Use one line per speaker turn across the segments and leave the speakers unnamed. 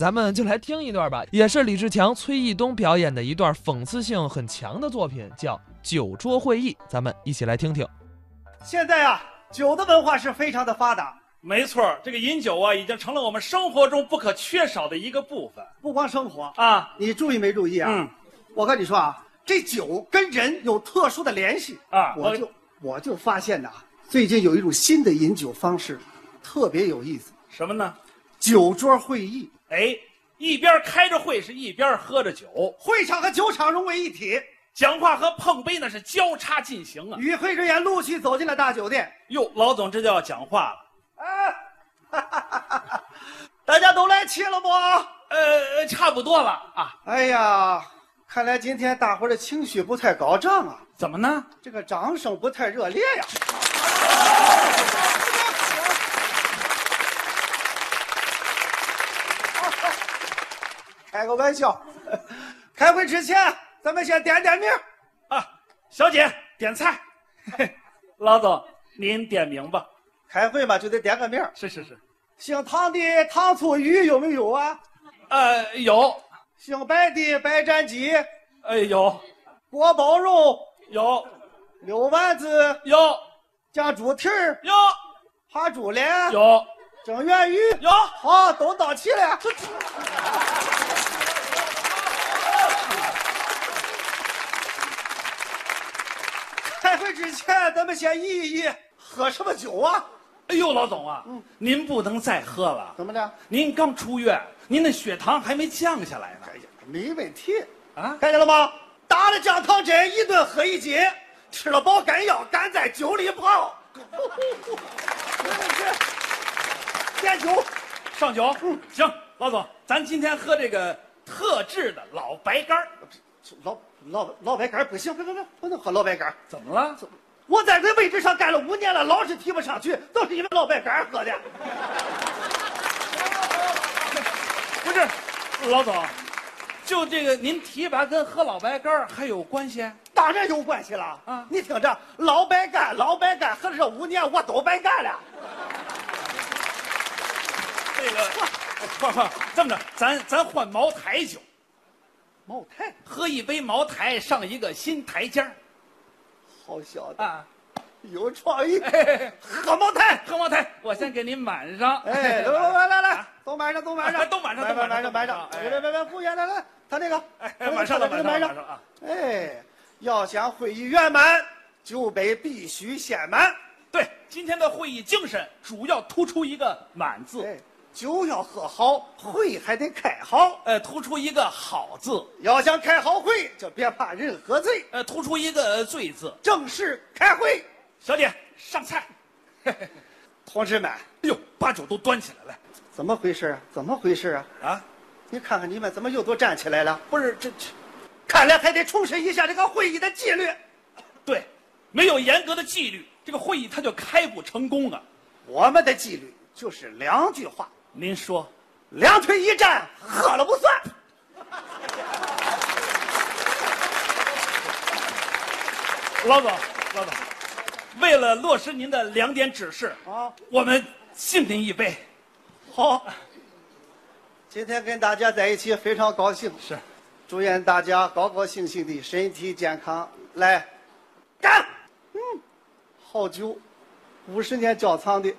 咱们就来听一段吧，也是李志强、崔义东表演的一段讽刺性很强的作品，叫《酒桌会议》，咱们一起来听听。
现在啊，酒的文化是非常的发达，
没错儿，这个饮酒啊，已经成了我们生活中不可缺少的一个部分
不光生活，
啊。
你注意没注意啊？
嗯
我跟你说啊，这酒跟人有特殊的联系
啊
我就我就发现呐、最近有一种新的饮酒方式，特别有意思，
什么呢？
酒桌会议，
哎，一边开着会是一边喝着酒，
会场和酒场融为一体。
讲话和碰杯那是交叉进行啊。
与会人员陆续走进了大酒店。
哟，老总这就要讲话了。
哎，大家都来齐了不？啊
呃，差不多了啊。
哎呀，看来今天大伙儿的情绪不太高涨啊，
怎么呢？
这个掌声不太热烈呀、 开个玩笑，开会之前咱们先点点名。
啊，小姐点菜。 嘿老总，您点名吧。
开会嘛就得点个名。
是是是。
姓唐的糖醋鱼有没有啊？
呃，有，
姓白的白斩鸡、
呃，有，
锅包肉、
有，
溜丸子、
有，
酱猪蹄儿、
有，
扒猪脸、
有，
蒸圆鱼，
有。
好，都到齐了。开会之前，咱们先议一议，喝什么酒啊？
哎呦，老总啊，
嗯
您不能再喝了。
怎么的？
您刚出院，您的血糖还没降下来呢
哎。呀，没问题。
啊，
看见了吗？打了降糖针，一顿喝一斤，吃了保肝药，敢在酒里 泡。点酒，
上酒。
嗯
行，老总，咱今天喝这个特制的老白干儿
老老老白干不行，别别别，不能喝老白干。
怎么了？
我在这位置上干了五年了，老是提不上去，都是因为老白干喝的。
不是，老总，就这个您提拔跟喝老白干儿还有关系？
当然有关系了
啊
你听着，老白干，老白干，喝了这五年我都白干了。
这 个，换换，这么着，咱咱换茅台酒，
茅台，
喝一杯茅台上一个新台阶儿
好小子，
啊！
有创 意，
嘿嘿嘿
喝茅台。
喝茅台，我先给您满上。
哎，来来来来来，都满上，都满
哎
上，
都满上
满上，
都满
满
上
上，满上。哎
都满
别
上
别别别，服务员来来，他这个，
哎，晚上了，晚上了，晚上了啊！
哎，要想会议圆满，酒杯必须先满。
对，今天的会议精神主要突出一个“满”字，
哎，酒要喝好，会还得开好。
呃，突出一个“好”字，
要想开好会，就别怕任何罪。
呃，突出一个“醉”字。
正式开会，
小姐，上菜。
同志们，
哎呦，把酒都端起来，
怎么回事啊？怎么回事啊？
来啊！
你看看你们怎么又都站起来了？
不是这这，
看来还得重申一下这个会议的纪律。
对，没有严格的纪律，这个会议它就开不成功啊。
我们的纪律就是两句话：
您说，
两腿一站，喝了不算。
老总，老总，为了落实您的两点指示，
啊，
我们敬您一杯。
好。今天跟大家在一起非常高兴，
是，
祝愿大家高高兴兴的，身体健康。来，干！嗯，好酒，五十年窖藏的。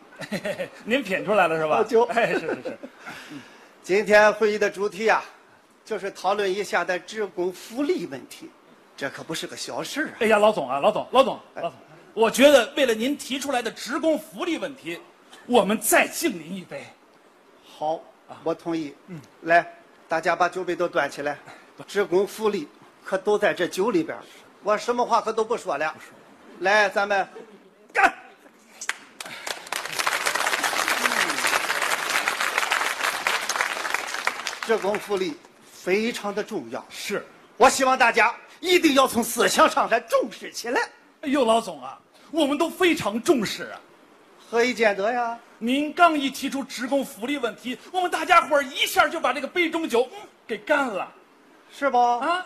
您品出来了是吧？
好酒
哎，是是是。
今天会议的主题啊，就是讨论一下的职工福利问题，这可不是个小事儿啊。
哎呀，老总啊，老总，老总，老总，我觉得为了您提出来的职工福利问题，我们再敬您一杯。
好，我同意。嗯，来，大家把酒杯都端起来，职工福利可都在这酒里边儿，我什么话可都不说了。来，咱们干！职工福利非常的重要，
是，
我希望大家一定要从思想上来重视起来。
哎呦，老总啊，我们都非常重视啊。
何以见得呀？
您刚一提出职工福利问题，我们大家伙儿一下就把这个杯中酒、嗯、给干了
是不？
啊！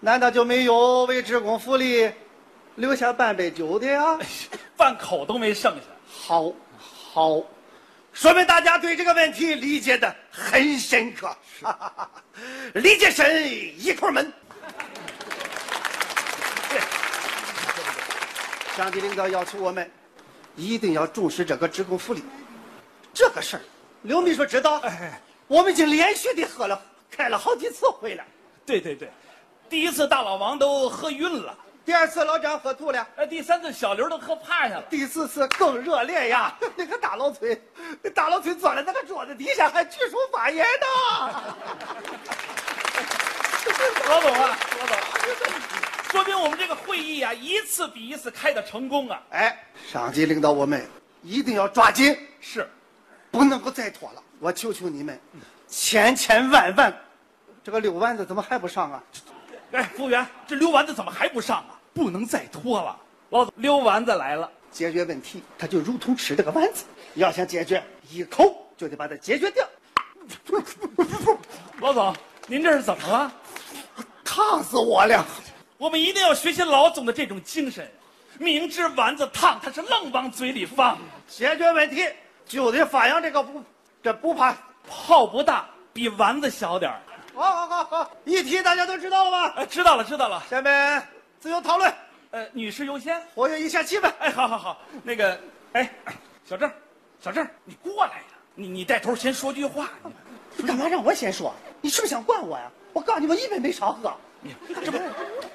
难道就没有为职工福利留下半杯酒的呀？
饭口都没剩下。
好，好，说明大家对这个问题理解的很深刻， 理解深一块门。上级领导要求我们一定要重视这个职工福利，这个事儿，刘秘书知道，我们已经连续的喝了开了好几次会了。
对对对，第一次大老王都喝晕了，
第二次老张喝吐了，
哎，第三次小刘都喝趴下了。
第四次更热烈呀！ 那个大老崔，大老崔坐在那个桌子底下还举手发言呢。
老总啊，老总，说明我们这个会议啊，一次比一次开的成功啊。
哎，上级领导我们一定要抓紧，
是，
不能够再拖了。我求求你们，千千万万，这个六丸子怎么还不上啊？
哎，服务员，这溜丸子怎么还不上啊？不能再拖了。老总，溜丸子来了。
解决问题，它就如同吃这个丸子，要想解决，一口就得把它解决掉。
老总，您这是怎么了？
烫死我了！
我们一定要学习老总的这种精神，明知丸子烫，他是愣往嘴里放，
解决问题就得发扬这个不，这不怕。
泡不大，比丸子小点儿。
好好好好，议题大家都知道了吧？
哎，知道了，知道了。
下面自由讨论，
呃，女士优先。
活跃一下气氛。
哎，好好好，那个，哎，小郑，小郑，你过来呀，你你带头先说句话，
你干嘛让我先说？啊你是不是想惯我呀？我告诉你，我一杯没少喝。
你你这不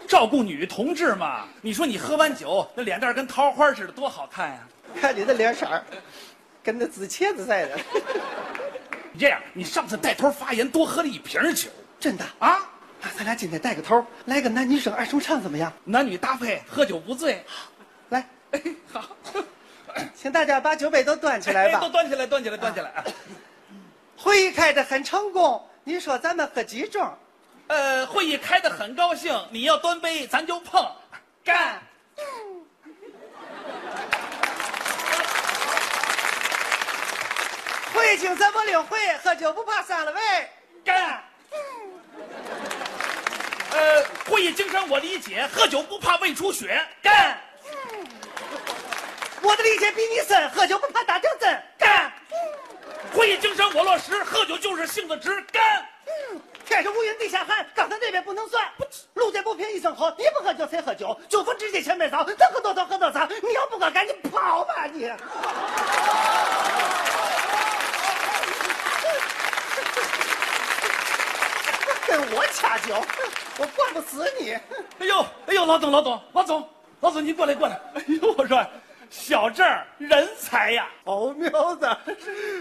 照顾女同志嘛？你说你喝完酒那脸蛋儿跟桃花似的，多好看呀！
看你的脸色儿，跟那紫茄子似的。
你这样，你上次带头发言多喝了一瓶酒
真的啊，
啊，
那咱俩今天带个头，来个男女生二重唱怎么样？
男女搭配喝酒不醉。
来，
哎， 好，
请大家把酒杯都端起来
哎都
吧。
端起来，端起来，端起来啊！
会议开得很成功，你说咱们喝几盅？
呃，会议开得很高兴，你要端杯，咱就碰，干！
会请咱们领会，喝酒不怕散了味。
干！呃，会议精神我理解，喝酒不怕胃出血，干
我的理解比你深，喝酒不怕打吊针。
干！会议精神我落实，喝酒就是性子直，干！
天上乌云地下寒，刚才那边不能算。路见不平一声吼，你不喝酒谁喝酒？酒逢知己千杯少，能喝多少喝多少。你要不喝，赶紧跑吧你！跟我掐酒，我灌不死你。
哎呦哎呦，老总老总老总老总您过来过来，哎呦我说，小郑儿人才呀！
好哦苗子，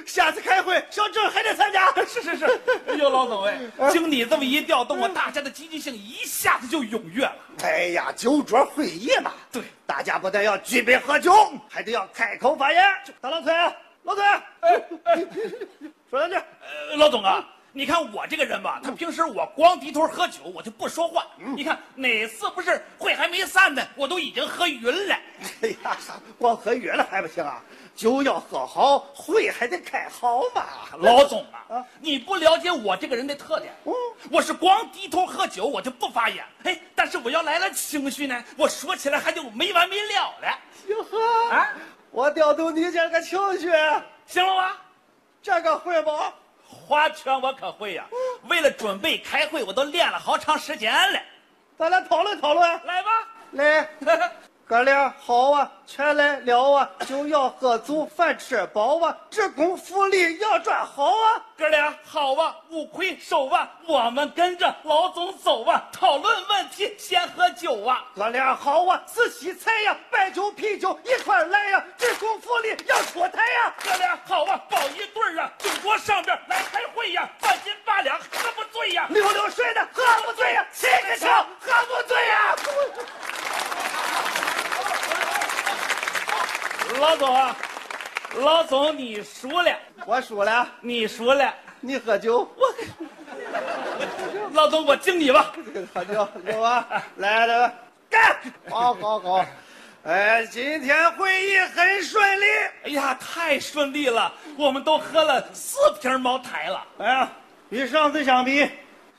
下次开会小郑还得参加。
是是是，哎呦老总哎，经你这么一调动，我大家的积极性一下子就踊跃了。
哎呀，酒桌会议嘛，
对
大家不但要举杯喝酒，还得要开口发言。大老腿，啊老腿，
哎
说两句。
呃，老总啊，你看我这个人吧，他平时我光低头喝酒，我就不说话。你看哪次不是会还没散呢，我都已经喝晕了。
哎呀，光喝晕了还不行啊，酒要喝好，会还得开好嘛。
老总啊，
啊
你不了解我这个人的特点。
嗯
我是光低头喝酒，我就不发言。哎，但是我要来了情绪呢，我说起来还就没完没了了。
哟呵，
啊
我调动你这个情绪，
行了吧？
这个会不？
花圈我可会呀、为了准备开会，我都练了好长时间了。
咱俩讨论讨论。
来吧，
来，哥俩好啊，全来了啊，酒要喝足，饭吃饱啊，职工福利要赚好啊。
哥俩好啊，五魁首啊，我们跟着老总走啊，讨论问题先喝酒啊。
哥俩好啊，四喜菜呀，白酒啤酒一块儿来呀，职工福利要出台呀。
哥俩好啊，保一对儿啊，酒桌上边来开会呀、半斤八两喝不醉呀、
溜溜水的喝不醉呀，七个球喝不醉呀。
老总啊，老总你熟了，
我输了，
你熟了。
你喝酒，
老总我敬你吧。
我喝酒，有啊，来来来，干，好好好。哎，今天会议很顺利。
哎呀，太顺利了，我们都喝了四瓶茅台了。
哎呀，与上次相比，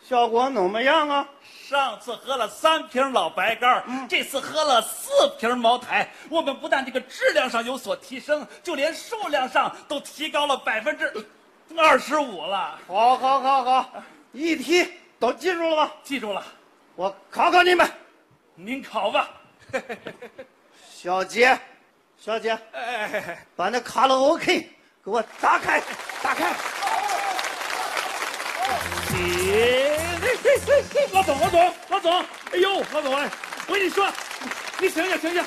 效果怎么样啊？
上次喝了三瓶老白干儿，
嗯
这次喝了四瓶茅台。我们不但这个质量上有所提升，就连数量上都提高了百分之二十五了。
好，好，好，好，一题都记住了吗？
记住了，
我考考你们，
您考吧。
小杰，小杰，
哎，
把那卡拉 OK 给我打开，打开。
老总，老总，老总，哎呦，老总哎，我跟你说，你醒醒，醒醒，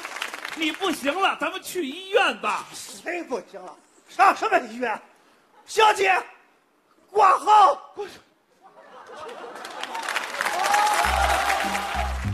你不行了，咱们去医院吧。
谁不行了？上什么医院？小姐，挂号。